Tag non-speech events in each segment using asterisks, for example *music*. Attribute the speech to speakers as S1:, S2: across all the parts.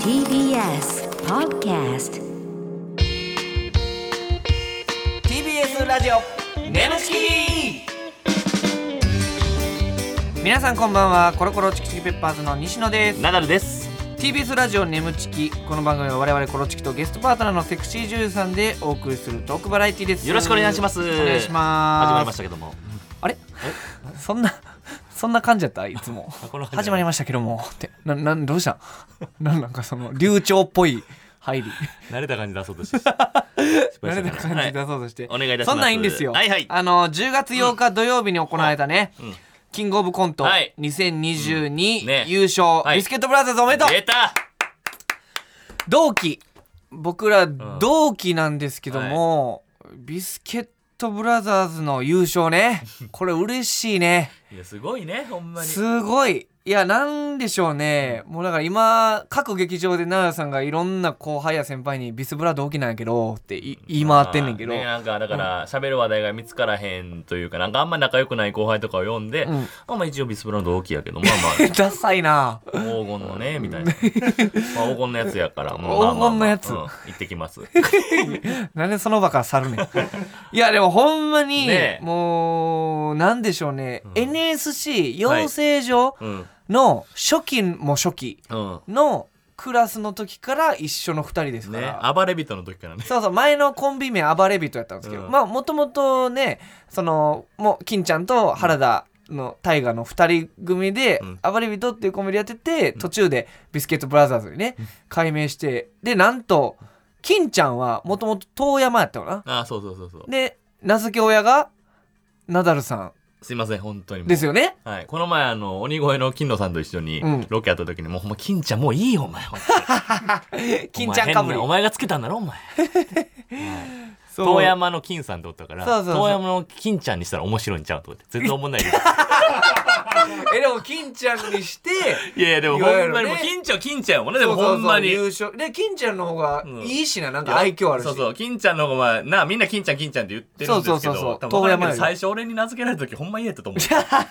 S1: TBS Podcast
S2: TBS ラジオ
S3: ネムチキ
S2: 皆さんこんばんはコロコロチキチキペッパーズの西野です
S3: ナダルです
S2: TBS ラジオネムチキこの番組は我々コロチキとゲストパートナーのセクシー女優さんでお送りするトークバラエティです
S3: よろしくお願いします
S2: お願いします
S3: 始まりましたけども
S2: あれそんなそんな感じやったいつも
S3: この感じ
S2: 始まりましたけどもってななんどうした *laughs* んなんなんかその流暢っぽい入り
S3: 慣れた感じ出そうとして失敗
S2: *laughs* 慣
S3: し
S2: れ
S3: た
S2: た
S3: から
S2: 感じだ
S3: はい
S2: そうとして、
S3: お願いいたします
S2: そんなんいいんですよ、
S3: はいはい
S2: あの10月8日土曜日に行われたね、
S3: ん
S2: キングオブコント
S3: はい
S2: 2022、
S3: うんね
S2: 優勝、
S3: はい
S2: ビスケットブラザーズおめでとう
S3: 出た
S2: 同期僕ら同期なんですけども、ビスケットブラザーズの優勝
S3: *laughs*
S2: ねこれ嬉しいね
S3: いやすごいねほんまに
S2: すごいいやなんでしょうねもうだから今各劇場で奈良さんがいろんな後輩や先輩に「ビスブラ同期なんやけど」ってい言い回ってんねんけど、
S3: まあねなんかだから喋る話題が見つからへんというかなんかあんま仲良くない後輩とかを呼んで、
S2: ん
S3: まあまあ一応ビスブラの同期やけどまあまあ
S2: ダサいな
S3: 黄金のねみたいな、まあ、黄金のやつやからもうまあまあまあ
S2: 黄金のやつ
S3: うん行ってきます
S2: *laughs* なんでその場から去る
S3: *laughs*
S2: ねんいやでもほんまに、
S3: ねえ
S2: もうなんでしょうね、NSC 養成所
S3: うんうん
S2: の初期も初期のクラスの時から一緒の2人ですから、
S3: ね暴れ人の時からね
S2: そうそう前のコンビ名暴れ人やったんですけど、
S3: うん
S2: まあもともとねそのもう金ちゃんと原田の大河の2人組で
S3: うん
S2: 暴れ人っていうコンビでやってて途中でビスケットブラザーズにね改名してでなんと金ちゃんはもともと遠山やったかな
S3: あそうそうそうそう
S2: で名付け親がナダルさ
S3: すいません本当にも
S2: ん
S3: う
S2: ですよね
S3: はい、この前あの鬼越の金野さんと一緒に
S2: うん
S3: ロケやった時に、もうほんま金ちゃんもういいよお前ほんま
S2: *laughs* 金ちゃんかぶり
S3: お前変なお前がつけたんだろお前
S2: そう
S3: 遠山の金さんとおったから
S2: そうそうそう
S3: 遠山の金ちゃんにしたら面白いんちゃ
S2: *laughs*
S3: うとかって全然思んないけど
S2: えでも金ちゃんにして
S3: いやいやでも
S2: いわ
S3: ほ
S2: ゆ
S3: ん
S2: る
S3: ま
S2: ね
S3: にもう金ちゃんは金ちゃんやもんね *laughs* でもほんまに
S2: そうそうそう優勝で金ちゃんの方がいいしななんか愛嬌あるし
S3: そうそう金ちゃんの方がなみんな金ちゃん金ちゃんって言ってるんですけど
S2: そうそうそうそう
S3: 多分
S2: 遠
S3: 分からん
S2: 山
S3: け
S2: よ
S3: ど
S2: り
S3: 最初俺に名付けられた時ほんま言えたと思う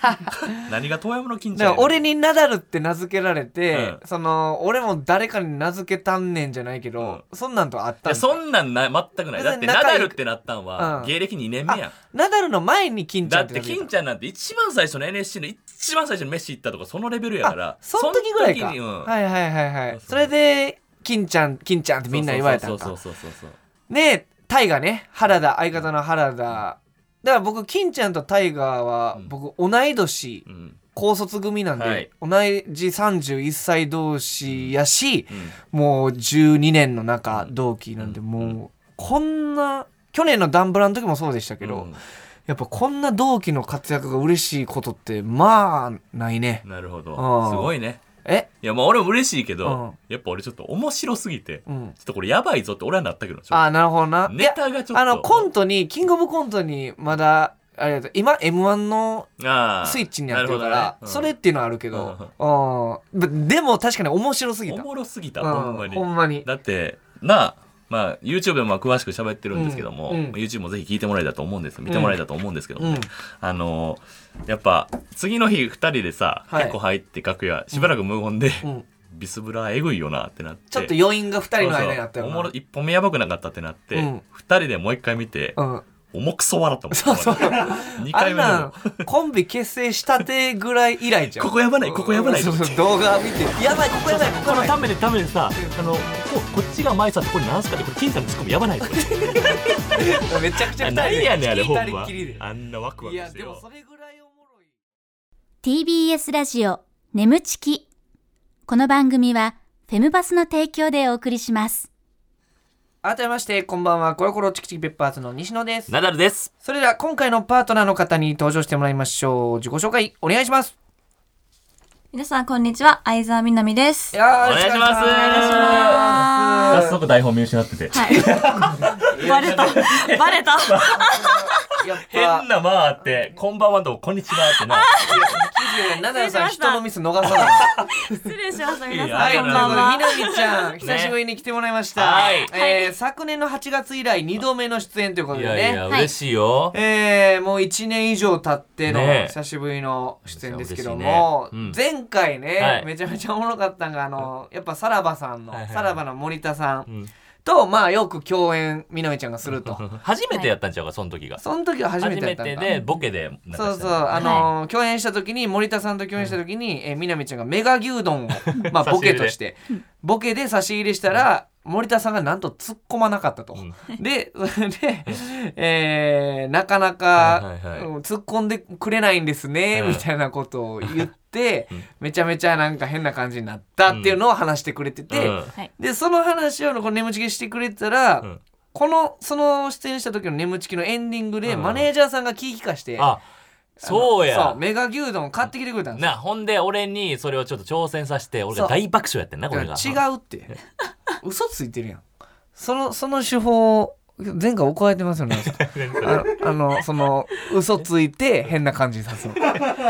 S2: *laughs*
S3: 何が遠山の金ち
S2: だ
S3: ゃ
S2: か
S3: ん
S2: ら俺
S3: に
S2: にナダルって名付けられて、
S3: うん
S2: その俺も誰かに名付けたんねんじゃないけど、そんなんとあっ
S3: い
S2: たん
S3: や
S2: だ
S3: そんなんな全くないだっ
S2: 別
S3: て
S2: に仲
S3: ナ
S2: 良く
S3: ダルってなったんは、
S2: うん
S3: 芸歴2年目やん
S2: あナダルの前に金ちゃ
S3: だ
S2: ん
S3: っ
S2: って
S3: て
S2: 名付けた
S3: 金ちゃんなんて一番最初の NSC の一番最初に飯行ったとかそのレベルやから
S2: あその時ぐらいか、
S3: その時にうん
S2: はいはいはいはい
S3: そうそう
S2: それで金ちゃん金ちゃんってみんな言われたん
S3: そ
S2: か
S3: うそうそうそうそう
S2: ねタイガね原田相方の原田だから僕金ちゃんとタイガは
S3: うん
S2: 僕同い年、
S3: そううん
S2: 高卒組なんで、
S3: はい
S2: 同じ31歳同士やし、
S3: うん
S2: もう12年の中同期なんで
S3: うん
S2: もうこんな去年のダンブラの時もそうでしたけど、
S3: う
S2: やっぱこんな同期の活躍が嬉しいことってまあないね
S3: んなるほど
S2: あー
S3: すごいね
S2: え
S3: いやまあ俺も嬉しいけ
S2: うん
S3: どやっぱ俺ちょっと面白すぎてち
S2: う
S3: ょ
S2: ん
S3: っとこれやばいぞって俺はなったけどちょ
S2: ああなるほどな
S3: ネタがちょっと
S2: いやあのコントにキングオブコントにまだあれやった今 m 1の
S3: あー
S2: スイッチになってるから
S3: なほどねうん
S2: それっていうのはあるけど、うん、でも確かに面白すぎ
S3: お
S2: た
S3: もろすぎた
S2: うん
S3: ほんまに
S2: ほんまに
S3: だってなあまあ YouTube でもまあ詳しく喋ってるんですけども、
S2: うんうん
S3: YouTube もぜひ聞いてもらえたと思うんです見てもらえたと思うんですけどもね、
S2: うん
S3: あのーやっぱ次の日2人でさ、
S2: はい
S3: 結構入って楽屋しばらく無言で、
S2: うん
S3: ビスブラえぐいよなってなって
S2: ちょっと余韻が2人の間にあったよな
S3: そうそうおもろ一本目やばくなかったってなって、
S2: う
S3: 二
S2: ん
S3: 2人でもう一回見て、
S2: うん
S3: 重くそ笑ったもん
S2: そうそう
S3: 2
S2: あ
S3: 回
S2: ん
S3: 目で
S2: なん
S3: も
S2: コンビ結成したてぐらい以来じゃん
S3: ここやばないここやばない
S2: そうそう動画見てやばいここやばいここ
S3: こ
S2: や
S3: の
S2: ばい
S3: ためでためでさあのここっちが前さこれなんすかってこれ金さんのツッコミやばな
S2: *laughs*
S3: いとか
S2: めちゃくちゃ二人
S3: な
S2: で
S3: いやねんあれ
S2: 聞
S3: ほ
S2: い
S3: ん
S2: たりっ
S3: ま
S2: きりで
S3: あんなワクワ
S2: い
S3: ク
S2: や
S3: して
S2: で
S3: よ
S2: もそれぐらいおもろい
S1: TBS ラジオ眠ちきこの番組はフェムバスの提供でお送りします
S2: 改めましてこんばんはコロコロチキチキペッパーズの西野です
S3: ナダルです
S2: それでは今回のパートナーの方に登場してもらいましょう自己紹介お願いします
S4: 皆さんこんにちは相沢みなみです
S2: いやー
S3: お願いします
S2: お願いし
S3: 早速台本見失ってて
S4: はいバレたバレた
S2: やっぱ
S3: 変な間あって、こんばんはと、こんにちはってな。
S2: 97さ
S4: 失礼しま
S2: ん
S4: した
S2: 人のミス逃さない
S4: 失礼しました、皆
S3: い
S4: さ
S3: や
S4: ん。
S2: はい、
S4: こ
S2: とい
S4: ん
S2: う
S4: ばんは。
S2: ことで、みなみちゃん、久しぶりに来てもらいました。
S3: はい
S2: えー昨年の8月以来2度目の出演ということ
S3: い
S2: でね。
S3: やいや、
S1: はい
S3: 嬉しいよ。
S2: えー、もう1年以上経っての
S3: ねえ
S2: 久しぶりの出演ですけども、
S3: 嬉しい
S2: 前回ね、
S3: はい
S2: めちゃめちゃおもろかったんがあのやっぱさらばさんの、
S3: はいはいはい
S2: さらばの森田さん
S3: うん
S2: とまあよく共演みなみちゃんがする
S3: *laughs*
S2: と
S3: 初めてやったんちゃうか、その時が。
S2: その時は初めて
S3: 初
S2: や
S3: め
S2: ったん
S3: て
S2: だ
S3: で、ボケで。
S2: そうそう、あのー共演した時に森田さんと共演した時に、えー、みなみちゃんがメガ牛
S3: *laughs*
S2: 丼を、まあ、
S3: 差し
S2: ボ
S3: 入れ
S2: ケとしてボケで差し入れしたら、森田さんがなんと突っ込まなかったと、でそれで、えーなかなか、
S3: はいはいはい
S2: うん突っ込んでくれないんですね、
S3: うん
S2: みたいなことを言
S3: *laughs*
S2: って、
S3: ん
S2: めちゃめちゃなんか変な感じになったっていうのを話してくれてて、
S3: うん
S4: はい。
S2: でその話をこの眠ちきしてくれてたら、
S3: うん
S2: このその出演した時の眠ちきのエンディングで、
S3: うん
S2: マネージャーさんが聞きかして。
S3: あ、そう
S2: あの
S3: や
S2: そう。メガ牛丼買ってきてくれたんですよ
S3: な、ほんで、俺にそれをちょっと挑戦させて、俺
S2: そ
S3: が
S2: う
S3: 大爆笑やってんな、これ
S2: い
S3: が。
S2: や違うって *laughs* 嘘ついてるやんそのその手法前回怒られてますよ
S3: *laughs*
S2: ねあのあのその嘘ついて変な感じさ
S3: *laughs*
S2: せる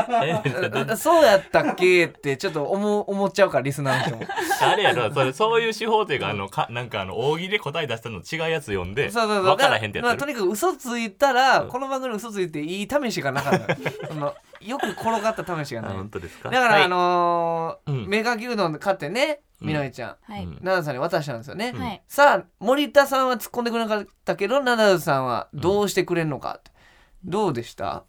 S2: あそうやったっけってちょっと思う思っちゃうからリスナーの人も
S3: あれやろそれそういう手法というかあのかなんかあの大喜利で答え出したの違うやつ読んで
S2: そうそうそう
S3: 分からへんってや
S2: ま
S3: っ
S2: あ、
S3: て
S2: と
S3: る、
S2: にかく嘘ついたら、この番組の嘘ついていい試しがなかったそのよく転がった試しが
S3: あ
S2: ない
S3: 本当ですか
S2: だから、
S3: はい
S2: あのー
S3: うん
S2: メガ牛丼買ってねみのりちゃん、
S4: は
S3: う
S4: い
S3: ん。
S2: ナダルさんに渡したんですよね、
S4: はい
S2: さあ森田さんは突っ込んでくれなかったけどナダルさんはどうしてくれんのかって、どうでした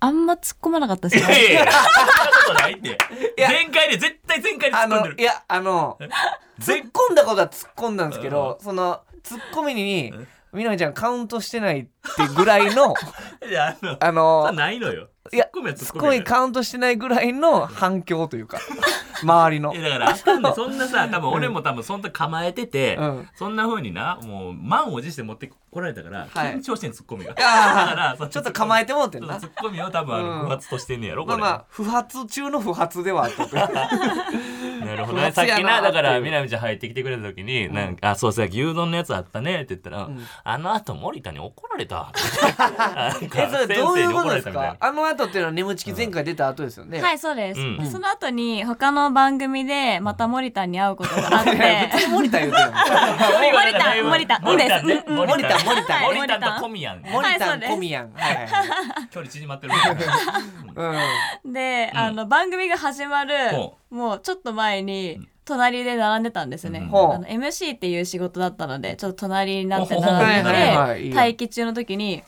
S4: あんま突っ込まなかったです
S3: いやいやいやそんなことないって
S2: いや
S3: 前回で絶対前回で突
S2: あ
S3: っ込ん
S2: の
S3: で
S2: い
S3: る
S2: やあの突っ込んだことは突っ込んだんですけど、その突っ込みに
S3: うん
S2: みなみちゃんカウントしてないってぐらい
S3: *laughs*
S2: の
S3: いやあ
S2: あ
S3: のそ
S2: の
S3: んなないのよ
S2: いや
S3: 突っ込みは突
S2: す
S3: っ
S2: ご
S3: 込
S2: い
S3: み
S2: カウントしてないぐらいの反響というか周りの
S3: いやだからあかんねんそんなさ多分俺も多分そんな構えてて、
S2: うん
S3: そんな風になもう満を持して持ってこられたから
S2: はい
S3: 緊張してん突っ込みが、
S2: あ
S3: だから
S2: ーちょっと構えてもうて
S3: そ
S2: ん
S3: の
S2: な
S3: 突っ込みを多分あ
S2: う
S3: の
S2: ん
S3: 不発としてんねやろこ
S2: まあ
S3: れ、
S2: まあ不発中の不発ではあったけど
S3: *laughs*
S2: *laughs*
S3: なるほど
S2: 不
S3: ね。さ
S2: 発や
S3: っ
S2: な
S3: きな、だか
S2: っ
S3: ら、
S2: ていう
S3: みなみちゃん入ってきてくれた時に、なんか、あ、そうそう、牛丼のやつあったねって言ったら、
S2: うん
S3: あの後、森田に怒ら
S2: *laughs*
S3: れたって。なんか
S2: えそれどういうことです
S3: 先生に怒られたみたい
S2: かあの後っていうのは眠ちき前回出た後ですよね、
S4: はい、そうです。
S3: うん
S4: でその後に他の番組でまた森田に会うことがあっ
S2: いや
S4: て。
S2: 別に森田言うてるもん
S4: 森田
S3: な
S4: 森田
S3: 森田ね
S4: うん
S2: うん
S3: 森田、
S2: 森田
S4: はい
S3: 森田と小宮ね。
S2: モニタ
S4: はいそう
S2: ー
S4: です
S2: コミヤン。はいはいはい
S3: 距離縮まっ
S2: *laughs*
S3: てるけどね。
S4: で、
S3: うん
S4: あの番組が始まる
S3: ほ
S4: もうちょっと前に隣で並んでたんですね、
S3: うん
S2: ほう
S4: あの MC っていう仕事だったのでちょっと隣になって
S3: ほうほうほう
S4: 並んで、
S3: はい
S2: はいはいいいよ
S4: 待機中の時に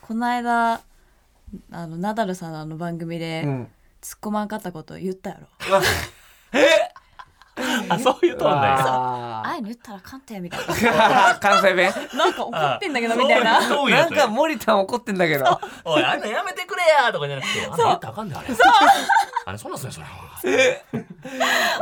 S4: この間あのナダルさんのあの番組で
S2: うん。うん。
S4: 突っ込まんかったこと言ったやろ、
S3: あ、そういうトーンだよ。
S4: あ
S2: あ
S4: あいうの言ったらあかんてみたい
S3: *laughs*
S2: ー *laughs* 関西弁。
S4: ななんか怒ってんだけどみたい
S3: そう
S4: な
S3: うトーンや
S2: な
S3: っ
S2: ん
S3: た
S2: か
S3: よ
S2: 森田怒ってんだけど。
S3: おい、あんなやめてくれやとかじゃなくて、あんなやったらあかんで、あれ。あれ、そんなんすね、それ。
S2: い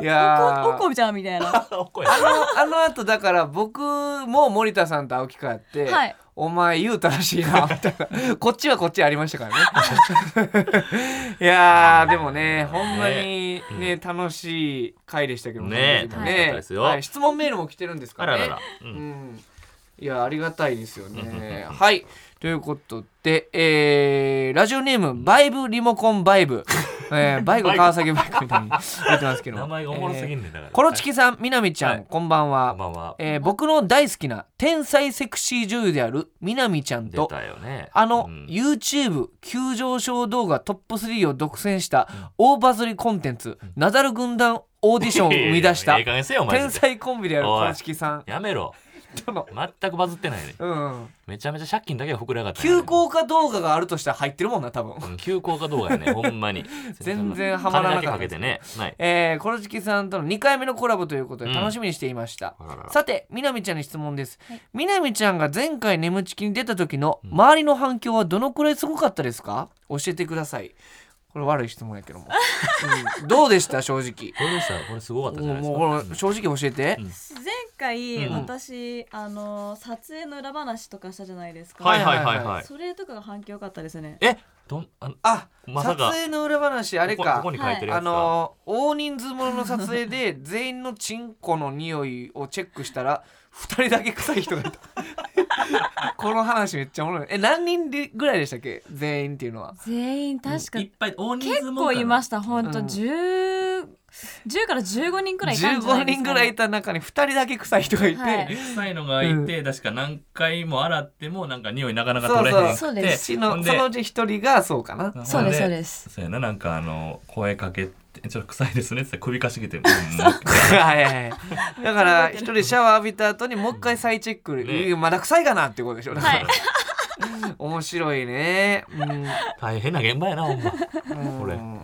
S4: お
S2: や
S4: こおこ
S2: ー。
S4: ちゃんみたいな
S3: おっこや
S2: あの、あの後だから僕も森田さんと会う機会あって
S4: はい、
S2: お前言うたらしいな、みたいな。 *laughs* こっちはこっちありましたから
S4: *laughs*
S2: ね。いやー、でもね、ほんまにね、楽しい回でしたけど
S3: ね
S2: その時も
S3: 楽しかったですよ
S2: はい質問メールも来てるんですか
S3: あ
S2: ら
S3: ら
S2: ね。
S3: らら。うん
S2: うん、いやありがたいですよね。はいということで、えーラジオネームバイブリモコンバイ
S3: *laughs*
S2: ブ、えーバイク川崎バイクみたいに言ってますけど
S3: 名前がおもろすぎんねんだから。
S2: えーコロチキさんみなみちゃん、
S3: はい
S2: こんばんは
S3: こんばんは。
S2: えー僕の大好きな天才セクシー女優であるみなみちゃん
S3: 出
S2: と
S3: たよね。
S2: あの、
S3: うん
S2: YouTube 急上昇動画トップ3を独占した大バズりコンテンツ、ナダル軍団オーディションを生み出した
S3: ええ加減せよ、マジで
S2: 天才コンビであるコロチキさん
S3: やめろ。
S2: との
S3: 全くバズってないね。
S2: うん
S3: めちゃめちゃ借金だけは膨れ上がったね、
S2: 急降下動画があるとしたら入ってるもんな多分
S3: うん急降下動画やね、ほんまに。
S2: *laughs* 全然ハマらなかった
S3: 金だけかけてね。ない。
S2: えー、コロチキさんとの2回目のコラボということで
S3: うん
S2: 楽しみにしていました、
S3: あららら
S2: さてみなみちゃんに質問です、みなみちゃんが前回「眠ちき」に出た時の周りの反響はどのくらいすごかったですか教えてくださいこれ悪い質問やけども、うんどうでした正直
S3: どうでしたこれすごかったじゃ
S2: もう
S3: ないですか。
S2: もうこれ正直教えて、
S3: うん
S4: 前回
S3: うん
S4: 私、あの撮影の裏話とかしたじゃないですか、
S3: はいはいはいはい。
S4: それとかが反響良かったですね
S3: えどん、あの
S2: あ、
S3: まさか
S2: 撮影の裏話あれ
S3: こ
S2: か
S3: ここに書いてるや
S2: あ
S3: つか。
S2: のー大人数ものの撮影で全員のチンコの匂いをチェックしたら2人だけ臭い人がいた *laughs* この話めっちゃおもろい。え、何人でぐらいでしたっけ全員っていうのは。
S4: 全員確か
S3: いっぱい大人数
S4: 結
S3: も
S4: 構いました本
S2: う
S4: 当
S2: ん
S4: 十10 10から15人くらいいたんじゃな
S2: 15
S4: いです
S2: 人
S4: か
S2: ぐらいいた中に2人だけ臭い人がいて、
S4: はい
S3: 臭いのがいて、確か何回も洗ってもなんか匂いなかなか
S2: そうそう
S3: 取れへんくて
S4: そうです
S2: 死
S3: ほ
S2: の
S3: ん
S2: そのうち1人がそうかな。
S4: そうです
S3: ほ
S4: そ
S3: ん
S4: うです
S3: そうやななんかあの声かけてちょっと臭いですねって言って
S4: *laughs*
S3: 首かしげて、うんもう
S2: はいはいはいだから1人シャワー浴びた後にもう一回再チェック、
S3: ね
S2: まだ臭いかなってことでしょだから、
S4: はい
S2: *laughs* 面白いねうん
S3: 大変な現場やなほんまこれ
S2: うん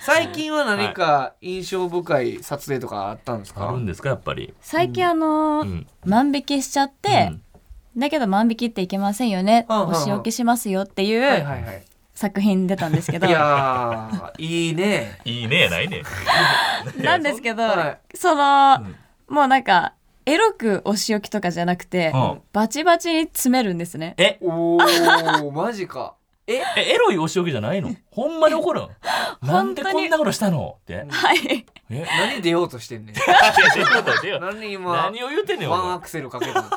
S2: 最近は何か印象深い撮影とかあったんですか、
S3: あるんですかやっぱり、
S4: 最近あの
S3: う
S4: ー
S3: ん、
S4: 万引きしちゃって、だけど万引きっていけませんよね、
S2: うんうんう
S4: お
S2: ん
S4: 仕置きしますよっていう、
S2: はいはいはい
S4: 作品出たんですけど
S2: いやーいいね
S3: いいねやないね
S4: なんですけど、
S2: は
S4: その、
S3: うん
S4: もうなんかエロくお仕置きとかじゃなくて、
S3: うん
S4: バチバチに詰めるんですね
S3: え
S2: おーマジかえ
S3: えエロいお仕置きじゃないのほんまに怒るんなんでこんなことしたのって
S4: はい
S3: え
S2: 何出ようとしてんねん
S3: *laughs*
S2: 何今
S3: 何を言うてんねんお
S2: ワン
S3: 前
S2: アクセルかけたの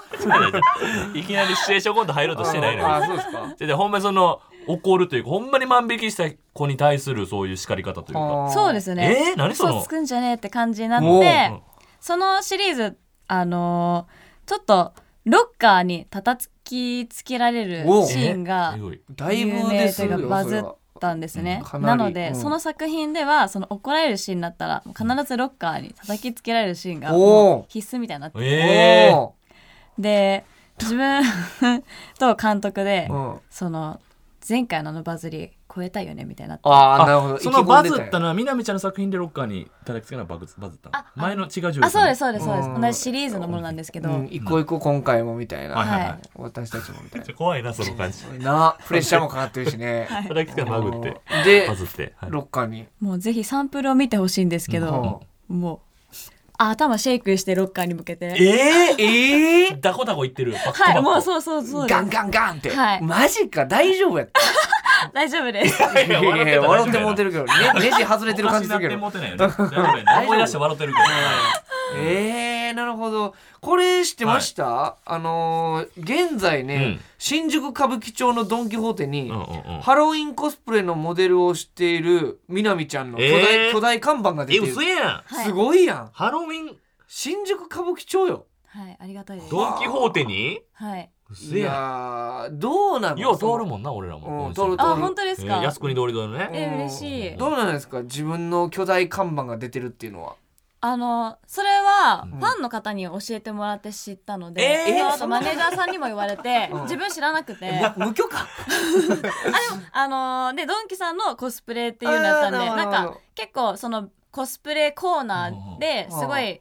S3: *laughs* いきなりシチュエーションコント入ろうとしてないの
S2: あ
S3: よ
S2: ーそうですか
S3: ででほんまにその怒るというかほんまに万引きした子に対するそういう叱り方というか
S4: そうですすね
S3: えー何その
S4: 嘘つくんじゃねえって感じになっ
S2: お
S4: て
S2: ー
S4: そのシリーズあのーちょっとロッカーにたたきつけられる
S2: お
S4: シーンが
S3: えエロい
S2: だい
S4: 有
S2: ぶ
S4: 名
S2: で
S4: と
S2: す
S4: い
S2: よ
S4: うかバズ
S2: それ
S4: っ
S2: は
S4: たんですね
S2: うんかな
S4: な
S2: り
S4: ので、
S2: うん
S4: その作品ではその怒られるシーンになったらもう必ずロッカーに叩きつけられるシーンが
S2: おー
S4: もう必須みたいになってて
S3: えー
S2: お
S4: で自分と監督で、
S2: ーうん
S4: その前回のあのバズり超えたいよねみたいになって
S2: ああ
S3: あ
S2: なるほど
S3: そのバズ
S2: 意気込んで
S3: った
S2: んや
S3: のはみなみちゃんの作品でロッカーに叩きつけなバズバズったの
S4: ああ
S3: 前の違う女優
S4: あそうですそうですそうです
S2: うん
S4: 同じシリーズのものなんですけど、
S2: うん一個一個今回もみたいな、
S3: はいはいはい、
S4: はい
S2: 私たちもみ
S3: *laughs*
S2: たい
S3: ちょ怖いなその感じ
S2: ななプレッシャーもかかってるしね、
S3: 叩きつけなバグって
S2: うんで
S3: バズって、はい
S2: ロッカーに、
S4: もうぜひサンプルを見てほしいんですけど、もうあ頭シェイクしてロッカーに向けて
S3: え
S2: うんえー、
S3: ー、ダコダコ言ってるバッコバッコ
S4: はいもうそうそうそうで
S2: ガ
S4: す
S2: ンガンガンって、
S4: はい
S2: マジか大丈夫やった
S4: 大丈夫です
S3: いやいや
S2: いや笑ってもうて
S3: る
S2: る
S3: *laughs*
S2: けどねネジ外れてる感じするけど
S3: おかしなってもうてないよね大丈夫やね思い出して笑ってるけど
S2: えー、なるほどこれ知ってました、あのー現在ね、
S3: うん
S2: 新宿歌舞伎町のドン・キホーテに、
S3: うんうんうん
S2: ハロウィンコスプレのモデルをしているみなみちゃんの巨大,、
S3: えー
S2: 巨大看板が出
S3: え
S2: てる
S3: 嘘やん
S4: はい
S2: すごいやん
S3: ハロウィン
S2: 新宿歌舞伎町よ
S4: はいありがたいです
S3: ドン・キホーテに
S4: はい
S3: 嘘
S2: い
S3: や
S2: やーどうなの
S3: んよう通るもんな俺らも
S2: うん通る通る
S4: あ本当ですか、
S3: えー靖国通り沿いの
S2: その
S3: ね
S4: え
S2: うん
S4: 嬉しい
S2: どうなんですか自分の巨大看板が出てるっていうのは
S4: あのそれは
S3: うん
S4: ファンの方に教えてもらって知ったので、
S3: えー
S4: その後マネージャーさんにも言われて、
S2: うん
S4: 自分知らなくて、
S2: な無許可
S4: あのーでドンキさんのコスプレっていうのやったんで
S2: あーな
S4: な
S2: る
S4: ん
S2: ほど
S4: か結構そのコスプレコーナーですごい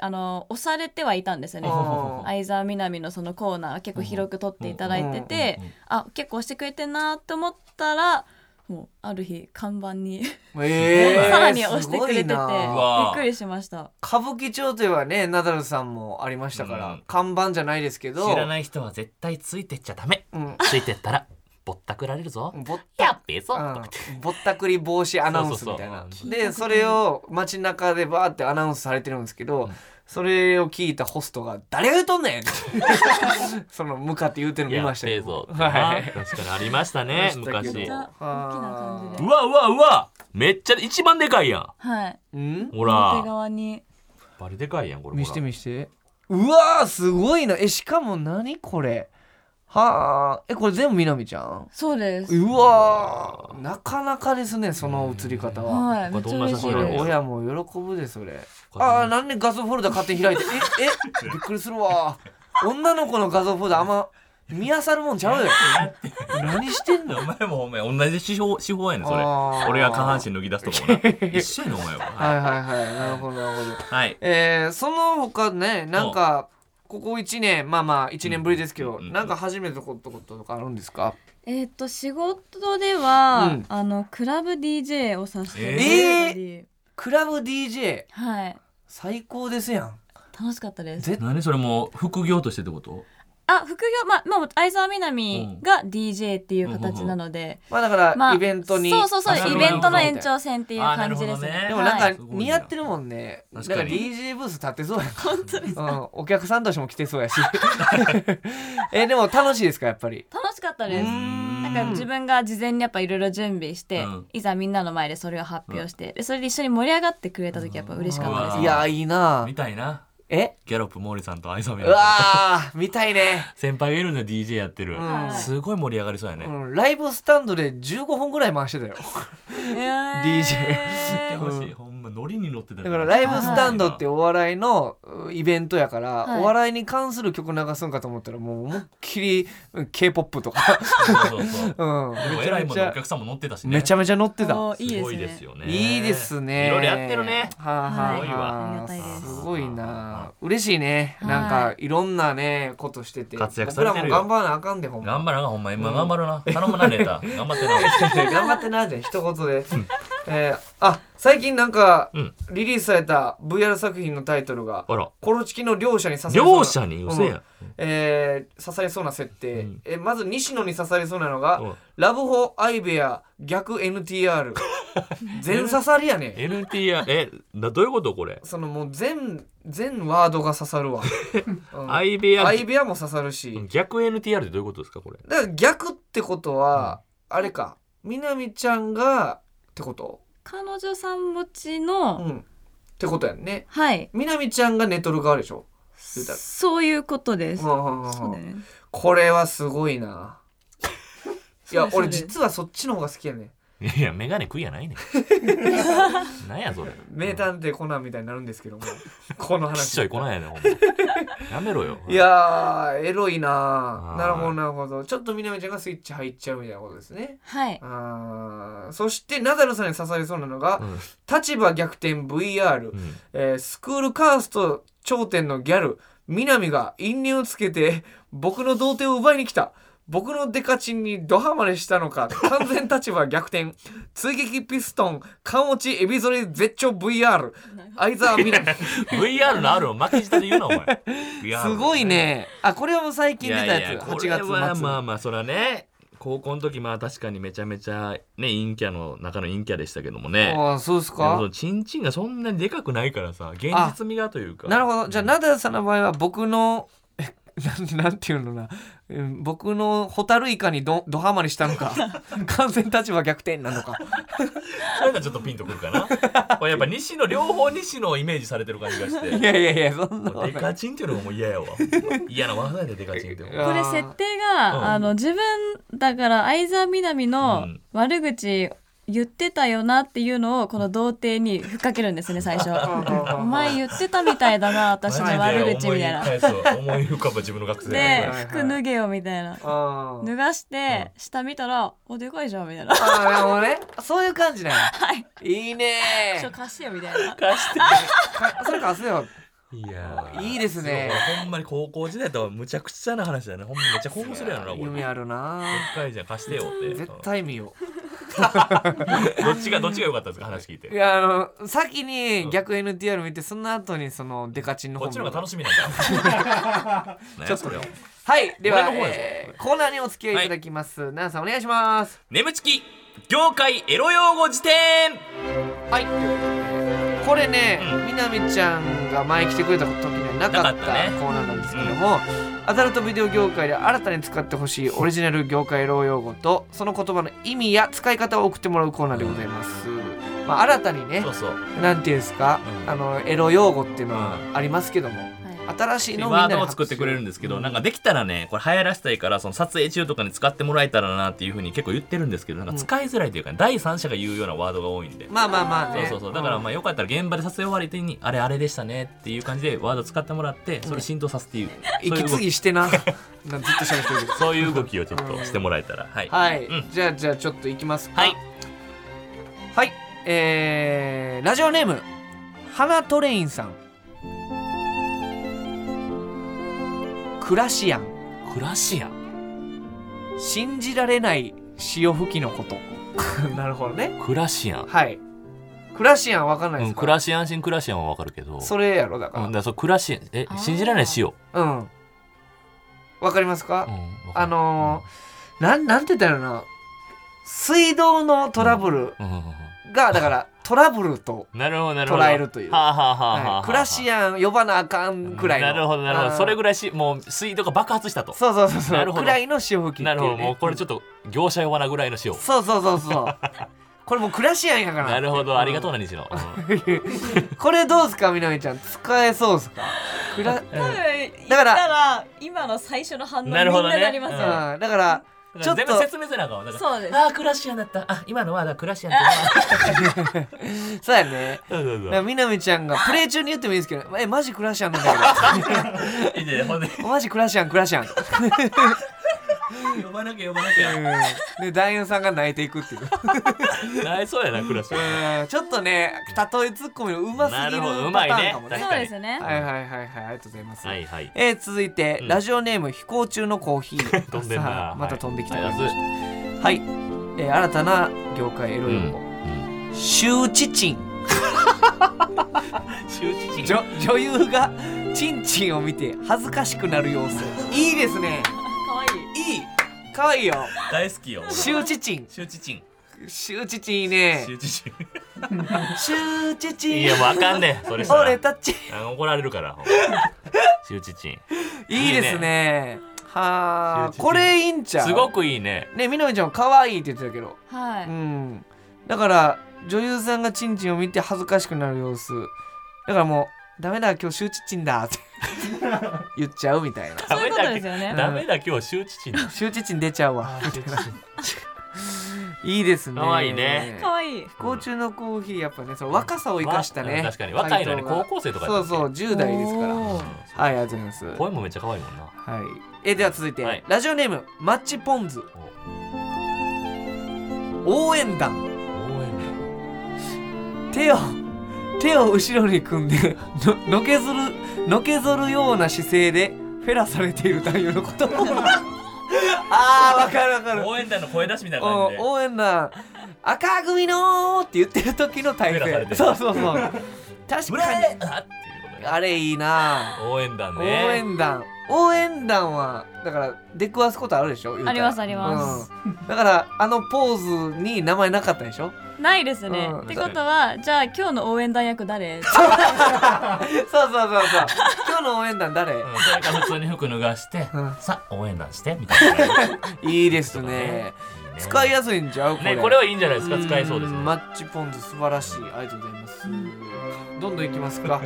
S4: あのー押されてはいたんですよね
S2: あー
S4: 相沢みなみのそのコーナー結構広く撮っていただいてて
S3: うんうんうん
S4: あ結構押してくれてんなって思ったらもうある日看板に
S2: えー
S4: *laughs* さらに押してくれててび
S2: すごいな
S3: わ
S4: っくりしました
S2: 歌舞伎町ではねナダルさんもありましたから、
S3: うん
S2: 看板じゃないですけど
S3: 知らない人は絶対ついてっちゃダメ
S2: うん
S3: ついてったらぼったくられるぞ
S2: ぼっ
S3: やっべえぞ
S2: うん、ぼったくり防止アナウンスみたいな
S3: そうそうそう
S2: でそれを街中でバーってアナウンスされてるんですけど、
S3: うん
S2: それを聞いたホストが「誰が言うとんねん!」って *laughs* その向かって言うてるの見ました
S3: やっべえ
S2: け
S3: ぞ
S2: ど
S3: って
S2: は
S3: ない確かにありましたね
S2: 見まし
S4: め
S2: たけ
S4: っ
S3: 昔
S4: ち
S2: ど
S4: ゃ大きな感じ
S3: う
S4: で
S3: わうわうわめっちゃ一番でかいやん
S4: はい
S2: うん
S3: ほ
S4: 表
S3: ら
S4: 側に
S3: バリでかいやんこれ
S2: 見して
S3: み
S2: 見してうわーすごいなえしかも何これはあえこれ全部みなみちゃん
S4: そうです
S2: うわーなかなかですねその映り方は。
S4: はいめっちゃ嬉し
S2: こ
S4: い
S2: れ
S4: です
S2: 親も喜ぶでそれあーなんで画像フォルダ勝手に開いてええ *laughs* びっくりするわ女の子の画像フォルダあんま見漁るもんちゃうよ何してんの
S3: お前もお前同じ手法手法やねんそれ
S2: あー
S3: 俺が下半身脱ぎ出すとこも
S2: *laughs*
S3: な一緒やねんお前は
S2: は
S3: はい
S2: はいはいなるほどなるほど
S3: いはい
S2: えー、その他ねなんかここ1年まあまあ1年ぶりですけど、
S3: うんうん
S2: なんか初めてことこととかあるんですか
S4: えーっと仕事では、
S2: うん
S4: あのクラブ DJ をさせてもらったり、
S2: クラブ DJ
S4: はい
S2: 最高ですやん
S4: 楽しかったです
S2: 絶
S3: 何それもう副業としてってこと
S4: あ副業まあまあ相沢みなみが DJ っていう形なので、
S2: まあだから、
S4: まあ
S2: イベントに
S4: そうそうそ
S3: あなる
S4: うイ
S3: ほど
S4: ベントの延長線っていう
S3: あな
S4: 感
S3: るほ
S4: じで
S3: ど
S4: す
S3: ね
S4: ね
S2: でもなん
S3: は
S2: か
S3: い
S2: 似合ってるもんね、なん
S3: 確
S2: か
S3: かに
S2: DJ ブース立ってそうや本当ですうん、お客さんとしても来て
S4: *laughs*
S2: そうやしえでも楽しいですかやっぱり
S4: 楽しかったですな
S2: な
S4: んか自分が事前にやっぱいろいろ準備して、
S3: うん
S4: いざみんなの前でそれを発表して、でそれで一緒に盛り上がってくれた時やっぱ嬉しかったです
S3: 分
S2: いやいいな
S3: みたいな
S2: え
S3: ギャロップ毛利さんと愛さめ
S2: うわー見たいね、
S3: 先輩がいるんで DJ やって
S2: う
S3: る、
S2: ん
S3: すごい盛り上がりそうやね、
S2: うん、ライブスタンドで15本ぐらい回してたよ
S3: や *laughs* って
S2: DJ
S3: ほしい、ほんまノリに乗ってた
S2: だからライブスタンドってお笑いのうイベントやから、
S4: はい
S2: お笑いに関する曲流すんかと思ったらもう思いっきり k p o p とか、
S3: そうそうそう
S2: うん、
S3: でも
S2: め
S3: え
S2: ちゃ
S3: らい
S2: め
S3: も
S2: ち
S3: のお
S2: ゃ
S3: 客さんも乗ってたしね
S2: めちゃめちゃ乗ってた
S4: おーいいですす
S3: ご
S4: ね
S3: いですよね
S2: いいですね
S3: いろいろやってるね
S2: はいはいはい
S4: はいありがたいです
S2: すごいな嬉しいね
S4: はい
S2: なんかいろんなねことしてて
S3: 活躍されてるよ
S2: 僕らも頑張らなあかんでほんま
S3: 頑張らなほんま今頑張るな、頼むな
S2: *laughs*
S3: ネタ頑張ってな
S2: 頑張ってなじゃん一言で、えーあ最近なんか
S3: うん
S2: リリースされた VR 作品のタイトルが
S3: あら
S2: コロチキの両者に刺されそうな
S3: 両者にうせや、
S2: えー刺されそうな設定、
S3: うん
S2: えーまず西野に刺されそうなのが
S3: うん
S2: ラブホアイベア逆
S3: *laughs*
S2: NTR 全刺さりやね
S3: NTR えなどういうことこれ
S2: そのもう全全ワードが刺さ *laughs* るわ、うん
S3: 相部屋
S2: アイベアも刺さるし、
S3: 逆 NTR ってどういうことですかこれ
S2: だから逆ってことは、あれかみなみちゃんがってこと
S4: 彼女さん持ち
S2: う
S4: の、
S2: んってことやんね
S4: はい
S2: みなみちゃんが寝とる側でしょ言うたら
S4: そういうことです、
S2: うんうんうん
S4: そうだよね
S2: これはすご
S4: *laughs*
S2: いな
S4: そ
S2: い
S4: う
S2: や
S4: です
S2: 俺実はそっちの方が好きやねん
S3: いやメガネ食いやないね
S2: *laughs*
S3: んなんやそれ
S2: 名探偵コナンみたいになるんですけども *laughs* この
S3: きっ
S2: 話
S3: ちょいこないやねんほんまやめろよ
S2: いやーエロいな
S3: は
S2: ー
S3: い
S2: なるほどなるほどちょっとみなみちゃんがスイッチ入っちゃうみたいなことですね
S4: はい
S2: あーそしてナダルさんに刺されそうなのが、
S3: うん
S2: 立場逆転 VR、
S3: うん
S2: えースクールカースト頂点のギャル南が因縁をつけて僕の童貞を奪いに来た僕のデカチンにドハマれしたのか完全立場逆
S3: *laughs*
S2: 転追撃ピストン缶落ちエビゾリ絶頂 VR 相沢みなみ
S3: VR のあるを負けじとで言うなお前
S2: *laughs*
S3: VR
S2: すごいねあこれはもう最近出たやつ
S3: いやいやこ
S2: 8
S3: れ
S2: 月末
S3: はまあまあそらね高校の時まあ確かにめちゃめちゃね陰キャの中の陰キャでしたけどもね
S2: ああそうです
S3: でもそ
S2: か
S3: のチンチンがそんなにでかくないからさ現実味がというか
S2: なるほどじゃあナダルさんの場合は僕のえなんなんていうのなうん僕のホタルイカにどドハマりしたの
S3: *laughs*
S2: か完全立場逆転なのか
S3: それがちょっとピンとくるかな
S2: *laughs*
S3: これやっぱ西の両方西のをイメージされてる感じがして
S2: いやいやいやそんなことない
S3: デカチンっていうのがもう嫌やわ
S2: *laughs*
S3: 嫌な技やでデカチンってもう
S2: いや
S4: これ設定
S3: うん
S4: があの自分だから相沢みなみ
S3: う
S4: の
S3: ん
S4: 悪口言ってたよなっていうのをこの童貞にふっかけるんですね最初お前言ってたみたいだな私の悪口みたいな
S3: マジで思い返す思い浮かぶ自分の学生
S4: で
S2: はいはい
S4: 服脱げよみたいな
S2: あー
S4: 脱がして下見たらおでかいじゃんみたいな
S2: あーなるほどねそういう感じ
S3: *laughs*
S2: ね、はい、い
S4: ち
S2: い
S4: ょ
S2: ね
S4: 貸してよみたいな
S3: 貸して
S2: かそれかすよ
S3: いやー
S2: いいですね
S3: ごいほんまに高校時代とはむちゃくちゃな話だよねほんまめっちゃ興奮するやろなこれ
S2: 夢あるな
S3: 一回じゃん貸してよって
S2: 絶対見よう
S3: どっちがどっちが良かったですか話聞い
S2: い
S3: て
S2: やあの先に逆 NTR 見てその後にそのデカチンの
S3: こ
S2: 方
S3: っちの方が楽
S2: し
S3: しみなんだ
S2: ちょっ
S3: そ
S2: と
S3: れを
S2: はいでは、
S3: 俺の方やぞ
S2: えーコーナーにお付き合いいただきます、ナナさんお願いします
S3: 眠ちき業界エロ用語辞典
S2: はいこれね、みなみちゃんが前来てくれた時にはなかった
S3: なかったね
S2: コーナーなんですけども、アダルトビデオ業界で新たに使ってほしいオリジナル業界老用語とその言葉の意味や使い方を送ってもらうコーナーでございます、まあ、新たにね
S3: そうそう
S2: なんていうんですか、
S3: うん
S2: あのエロ用語っていうのはありますけども、新しいのをみん
S3: ワ
S2: な
S3: ー
S2: で
S3: ドを
S2: 発
S3: 作
S2: 信
S3: ってくれるんですけど、なんかできたらねこれ流行らせたいからその撮影中とかに使ってもらえたらなっていうふうに結構言ってるんですけどなんか使いづらいというか、第三者が言うようなワードが多いんで。
S2: まあまあまあ
S3: そう
S2: ね。
S3: そうそうだからまあよかったら現場で撮影終わりに「あれあれでしたね」っていう感じでワード使ってもらってそれ浸透させていうそう
S2: 息
S3: いう動
S2: 継
S3: き
S2: ぎしてな。なんかずっと喋ってるけど。
S3: そういう動きをちょっとしてもらえたらはい、
S2: はい、
S3: うん
S2: じゃあじゃあちょっといきますか。
S3: はい。
S2: はい。えー、ラジオネーム花トレインさん。クラシアン
S3: クラシアン
S2: 信じられない潮吹きの
S3: *laughs*
S2: こと。なるほどね。
S3: クラシアン、
S2: はい。クラシアンわかんないで
S3: うん、
S2: すか。
S3: クラシアンシンクラシアンはわかるけど
S2: それやろだ
S3: うん、だ
S2: か
S3: からそうクラシアンえ
S4: あー
S3: 信じられないしよ
S2: ら。うん。わかりますか、
S3: うんわかる
S2: あのーなんなんて言ったらいいのかな水道のトラブル
S3: うんうんうん
S2: が、だからトラブルと
S3: なるほどなるほど
S2: 捉えるという、
S3: はあはあはあはあは
S2: は
S3: あ
S2: い、クラシアン呼ばなあかんくらいの
S3: なるほどなるほ
S2: あ
S3: ど
S2: ー
S3: それぐらいしもう水道が爆発したと
S2: そうそうそう
S3: な
S2: そ
S3: る
S2: う
S3: ほ
S2: く
S3: ど
S2: らいの潮吹きっていうね、
S3: なるほどもうこれちょっと業者呼ばなぐらいのしよう
S2: そうそうそうそうこれもうクラシアンやから
S3: なるほどありがとうな西野うん
S2: これどうすかみなみちゃん使えそうですかク
S3: *laughs*
S2: ラ、
S4: 多分言った
S2: だから
S4: ら今の最初の反応みん
S3: な
S4: な
S3: るほどね
S4: なりますよ、
S3: うん
S2: うん、だからちょっと
S3: 全部説明せなあかんわだから
S4: そうです
S3: ああクラシアンだったあ今のはだからクラシアンって
S2: そうやね
S3: そうそうそ
S2: だから
S3: う
S2: みなみちゃんがプレイ中に言ってもいいですけど「えマジクラシアンなんだ
S3: いいねほんで *laughs*
S2: けどマジクラシアンクラシアン」
S3: 呼ばなきゃ呼ばなきゃ
S2: うんで男優さんが泣いていくっていう
S3: なりそうやなクラシアン
S2: うんちょっとね例えツッコミのうますぎ
S3: なる
S2: る
S3: ほどうま
S2: パ
S3: い
S2: タ
S3: ね
S2: ーンかもね
S3: 確
S4: そうですね
S2: はいはいはいはいありがとうございます、
S3: はいはい
S2: えー続いて、
S3: うん
S2: ラジオネーム飛行中のコーヒー
S3: *laughs* 飛んでんな
S2: さあまた飛んできた、
S3: はい
S2: はい、えー新たな業界エロ
S3: う
S2: 用語、
S3: ん
S2: 羞恥心
S3: 周知人
S2: 女女優がチンチンを見て恥ずかしくなる様
S3: *laughs*
S2: 子いいですね
S4: 可愛い
S2: いいかわいいよ
S3: 大好きよ
S2: 羞恥チン
S3: 周知人
S2: 羞恥チンいいね
S3: 周知人
S2: 羞恥チン
S3: いやもうあかんねんそれさ
S2: 俺たち
S3: あの怒られるから周知人
S2: いいですねはあ
S3: 羞恥心
S2: これいいんちゃう
S3: すごくいいね
S2: ねみのみちゃんもかわいいって言ってたけど
S4: は
S2: う
S4: い
S2: んだから女優さんがチンチンを見て恥ずかしくなる様子だからもうダメだ今日羞恥チンだ
S3: *laughs*
S2: って言っちゃうみたいな
S4: そういうことですよね
S3: ダメだ今日周知人だ
S2: 羞恥心出ちゃうわ。いいですね。
S3: かわいいね
S4: 可愛い
S2: 飛行中のコーヒーやっぱねその若さを生かしたね。
S3: うん確かに若いのに
S2: 回答が
S3: 高校生とか
S2: そ
S3: や
S2: う
S3: ったっけ
S2: そう10代ですから。はい
S4: おー
S2: ありがとうございます。は。
S3: 声もめっちゃ可愛いもんない
S2: えでは続いて、
S3: はい
S2: ラジオネームマッチポンズ応援団
S3: 応援
S2: 手を手を後ろに組んでののけずるのけぞるような姿勢でフェラされている男優のこと *laughs* あーわかるわかる
S3: 団応援団の声出しみたいな感じで
S2: お応援団赤組のーって言ってる時の体
S3: フェラされて
S2: 勢
S3: る
S2: そうそうそう確
S3: 村
S2: か
S3: へ
S2: に
S3: あっていうことね
S2: あれいいな
S3: 応援団
S2: ぁ、
S3: ね
S2: 応援団応援団はだから出くわすことあるでしょ言うたら
S4: ありますあります、
S2: うんだからあのポーズに名前なかったでしょ
S4: ないですね、
S2: うん
S4: ってことはじゃあ今日の応援団役誰、
S2: そう
S3: *laughs*
S2: そうそうそう今日の応援団誰、
S3: うんそれから普通に服脱がして
S2: うん
S3: さあ応援団してみたいなね
S2: いいですね使いやすいんちゃうこれ
S3: ねこれはいいんじゃないですか使えそうです
S2: ん
S3: ね
S2: マッチポンズ素晴らしいありがとうございますどんどんいきますか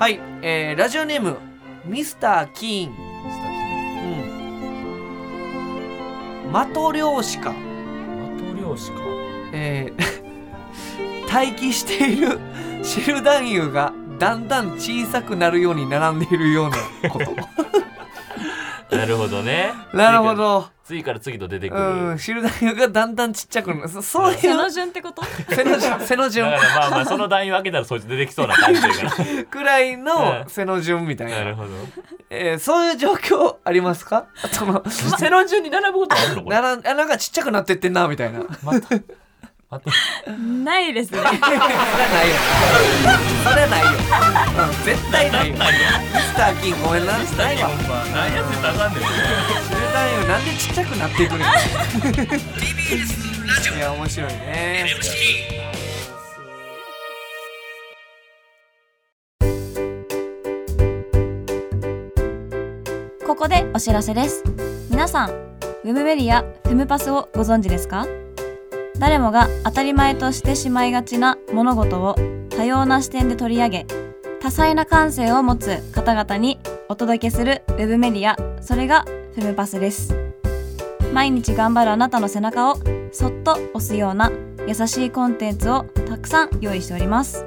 S2: はいえーラジオネームミスター・キーン
S3: スタッ
S2: うんマト漁師か、
S3: フ的漁師か
S2: えー *laughs* 待機しているシル男優がだんだん小さくなるように並んでいるようなこと
S3: *laughs* なるほどね
S2: なるほど
S3: 次から次と出てくる
S2: うんシル男優がだんだんちっちゃくなるそそういう
S4: 背の順ってこと
S2: 背の順背の順
S3: だからまあまあその団員分けたらそいつ出てきそうな感じだか
S2: くらい
S3: うん
S2: の背の順みたい
S3: らな
S2: な
S3: るほど
S2: えーそういう状況ありますか *laughs* その
S3: 背の順に並ぶことあるのこれ
S2: ならあなんかちっちゃくなってってんなみたい *laughs* なないよ
S3: またまた
S4: ないですね
S2: それ *laughs* ないよそれないよ、うん、絶対ないよミスターキンごめんなないわ
S3: 何やってたらあかんねん
S2: 絶対よなんでちっちゃくなっていくねん *laughs* いや面白いね *laughs*
S4: ここでお知らせです皆さんウェブメディアフェムパスをご存知ですか誰もが当たり前としてしまいがちな物事を多様な視点で取り上げ多彩な感性を持つ方々にお届けするウェブメディアそれがフェムパスです毎日頑張るあなたの背中をそっと押すような優しいコンテンツをたくさん用意しております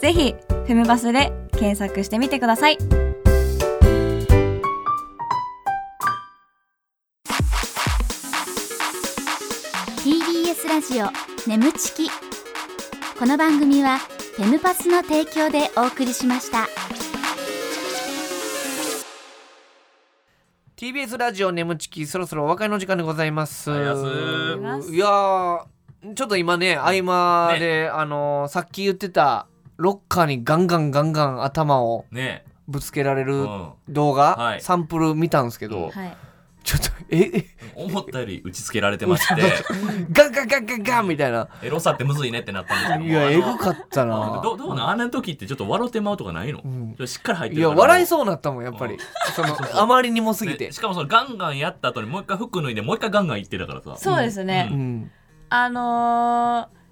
S4: ぜひフェムパスで検索してみてください
S1: TBS ラジオ眠ちきこの番組はフェムパスの提供でお送りしました
S2: TBS ラジオ眠ちきそろそろお別れの時間でございますい
S3: あり
S2: や
S3: がとう
S4: ございます
S2: ーちょっと今ね合間で、あのーさっき言ってたロッカーにガンガンガンガン頭を
S3: ねえ
S2: ぶつけられ
S3: う
S2: る
S3: ん
S2: 動画、
S3: はい
S2: サンプル見たんですけど、
S4: はい。
S2: ちょっとええ
S3: 思ったより打ちつけられて
S2: *laughs*
S3: まして、
S2: ガンガンガンガンガンみたいな
S3: エロさってむずいねってなったんですけども。
S2: いや
S3: あの
S2: エグかったな
S3: どどうなんあんな時ってちょっと笑ってまうとかないの、
S2: ん
S3: ちょっとしっかり入って
S2: い
S3: るか
S2: や
S3: ら
S2: 笑いそうなったもんやっぱりそのあまりにもすぎて
S3: でしかもそのガンガンやった後にもう一回服脱いでもう一回ガンガン行ってたからさ
S4: そうですね。
S2: うん
S4: あのー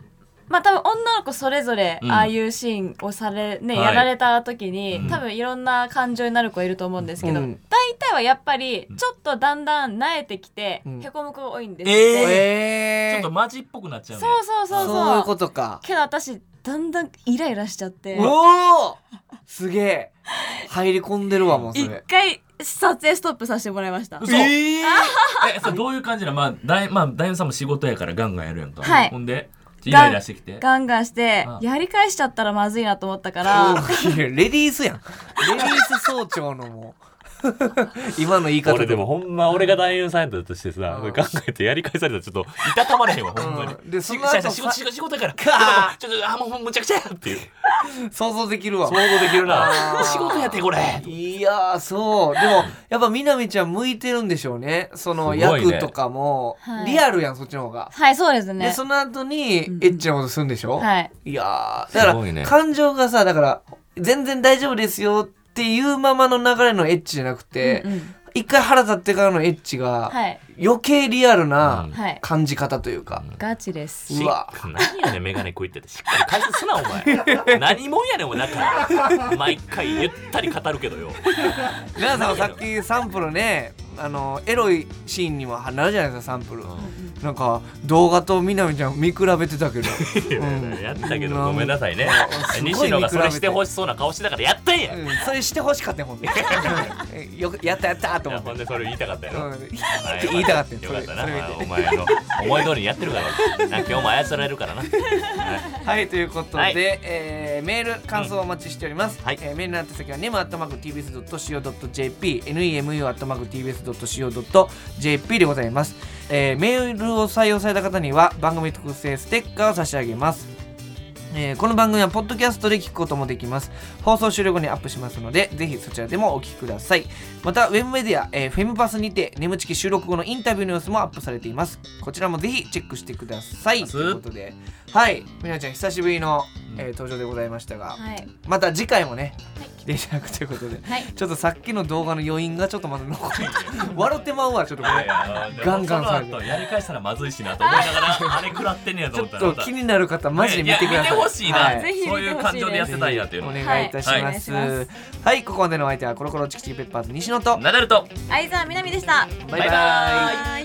S4: まあ多分女の子それぞれ
S3: うん
S4: ああいうシーンをされ、ね
S3: はい
S4: やられた時に、
S3: うん
S4: 多分いろんな感情になる子いると思うんですけど、
S2: うん
S4: 大体はやっぱり
S3: うん
S4: ちょっとだんだん慣れてきて、
S2: うん
S4: へこむ子が多いんです
S3: え
S4: って、
S3: ちょ
S2: え
S3: っ
S2: ー
S3: とマジっぽくなっちゃうね
S4: そうそうそうそう
S2: そういうことか
S4: けど私だんだんイライラしちゃって
S2: おおすげえ入り込んでるわもうそ
S4: 一
S2: れ
S4: 回撮影ストップさせてもらいました
S3: 嘘
S2: えー
S3: えそれどういう感じなのまあだいまあ大夫さんも仕事やからガンガンやるやんか、
S4: はい
S3: ほんでイライラしてきて
S4: ガンガンして
S3: あ
S4: やり返しちゃったらまずいなと思ったから
S2: おいレディースやんレディース総長のもう *laughs* 今の言い方
S5: 俺でもほんま俺が男優さんやったとしてさ、
S2: うん
S5: 考えてやり返されたらちょっといたたまれへんわほんまに、
S2: うんで
S3: し
S2: そ
S3: し
S2: の後
S3: し仕事
S2: さ
S3: 仕事仕事やから
S2: か
S3: ちょっとあもうむちゃくちゃやっていう
S2: 想像できるわ
S5: 想像できるな
S2: あー
S3: 仕事やってこれ
S2: いやーそうでもやっぱみなみちゃん向いてるんでしょうねその
S5: すごいね
S2: 役とかも、
S4: はい
S2: リアルやんそっちの方が、
S4: はいそうです
S2: で
S4: ね
S2: その後にエ
S4: うんうん
S2: ッチなことするんでしょ、
S4: はい
S2: い、やーだか
S5: すご
S2: ら、
S5: いね
S2: 感情がさだから全然大丈夫ですよっていうままの流れのエッチじゃなくて、
S4: うんうん
S2: 一回腹立ってからのエッチが、
S4: はい
S2: 余計リアルな
S5: うん
S4: はい
S2: 感じ方というか、
S4: ガチです
S2: うわ
S5: 何やねんメガネ食いっててしっかり解説すなお
S2: *laughs*
S5: 前何もんやねんお前だから毎回ゆったり語るけどよ
S2: 皆さんはさっきサンプルねあのエロいシーンにもなるじゃないですかサンプル、なんか動画とみなみちゃん見比べてたけ
S5: *laughs*
S2: ど、うん
S5: やったけどごめんなさいね
S2: すごい
S5: 西野がそれしてほ
S2: し
S5: しそうな顔してたからやったんや、
S2: うん、それしてほしかったよほ
S5: *laughs*
S2: んでうんよくやったやったと
S5: い
S2: 思
S5: や
S2: って
S5: ほんでそれ言いたかったやろ、
S2: うん、って
S5: はい
S2: 言いたかったよ
S5: よ
S2: そ
S5: か
S2: れ
S5: ったな
S2: それ見て
S5: お前あの思い通りにやってるからな今日も操られるからな
S2: *laughs* はいということで、
S5: はい
S2: えーメール感想をお待ちしております、
S5: んはい
S2: えーメールの宛先は nemu.tbs.co.jp nemu.tbs.co.jp でございます、えーメールを採用された方には番組特製ステッカーを差し上げますえーこの番組はポッドキャストで聞くこともできます放送終了後にアップしますのでぜひそちらでもお聞きくださいまたウェブメディア、えーフェムパスにて眠ちき収録後のインタビューの様子もアップされていますこちらもぜひチェックしてください
S3: ます
S2: ということではいみなちゃん久しぶりの、えー登場でございましたが、
S4: はい
S2: また次回もね、来ていただくということで
S4: はい
S2: ちょっとさっきの動画の余韻がちょっとまだ残って
S3: *laughs*
S2: 笑ってまうわちょっとこれガ
S3: ガ
S2: ンガン下げて
S3: やり返したらまずいしなと思いながらあれ食らってんねや
S2: ち
S3: と
S2: ょ
S3: 思
S2: っ
S3: ったら
S2: と気になる方マジで見てください
S3: や見てほしいな、
S2: はい
S4: ぜひ見てほ
S3: そう
S4: しいです
S3: いう感情で痩せたいなっていうの
S2: お
S3: を、
S2: 願いいたします、
S4: はいお願い
S2: は
S4: し
S2: い、ここまでのお相手はコロコロチキチキペッパーズ西野と
S3: ナダルと
S4: 相沢みなみでした
S2: バ
S3: バイバ
S4: イ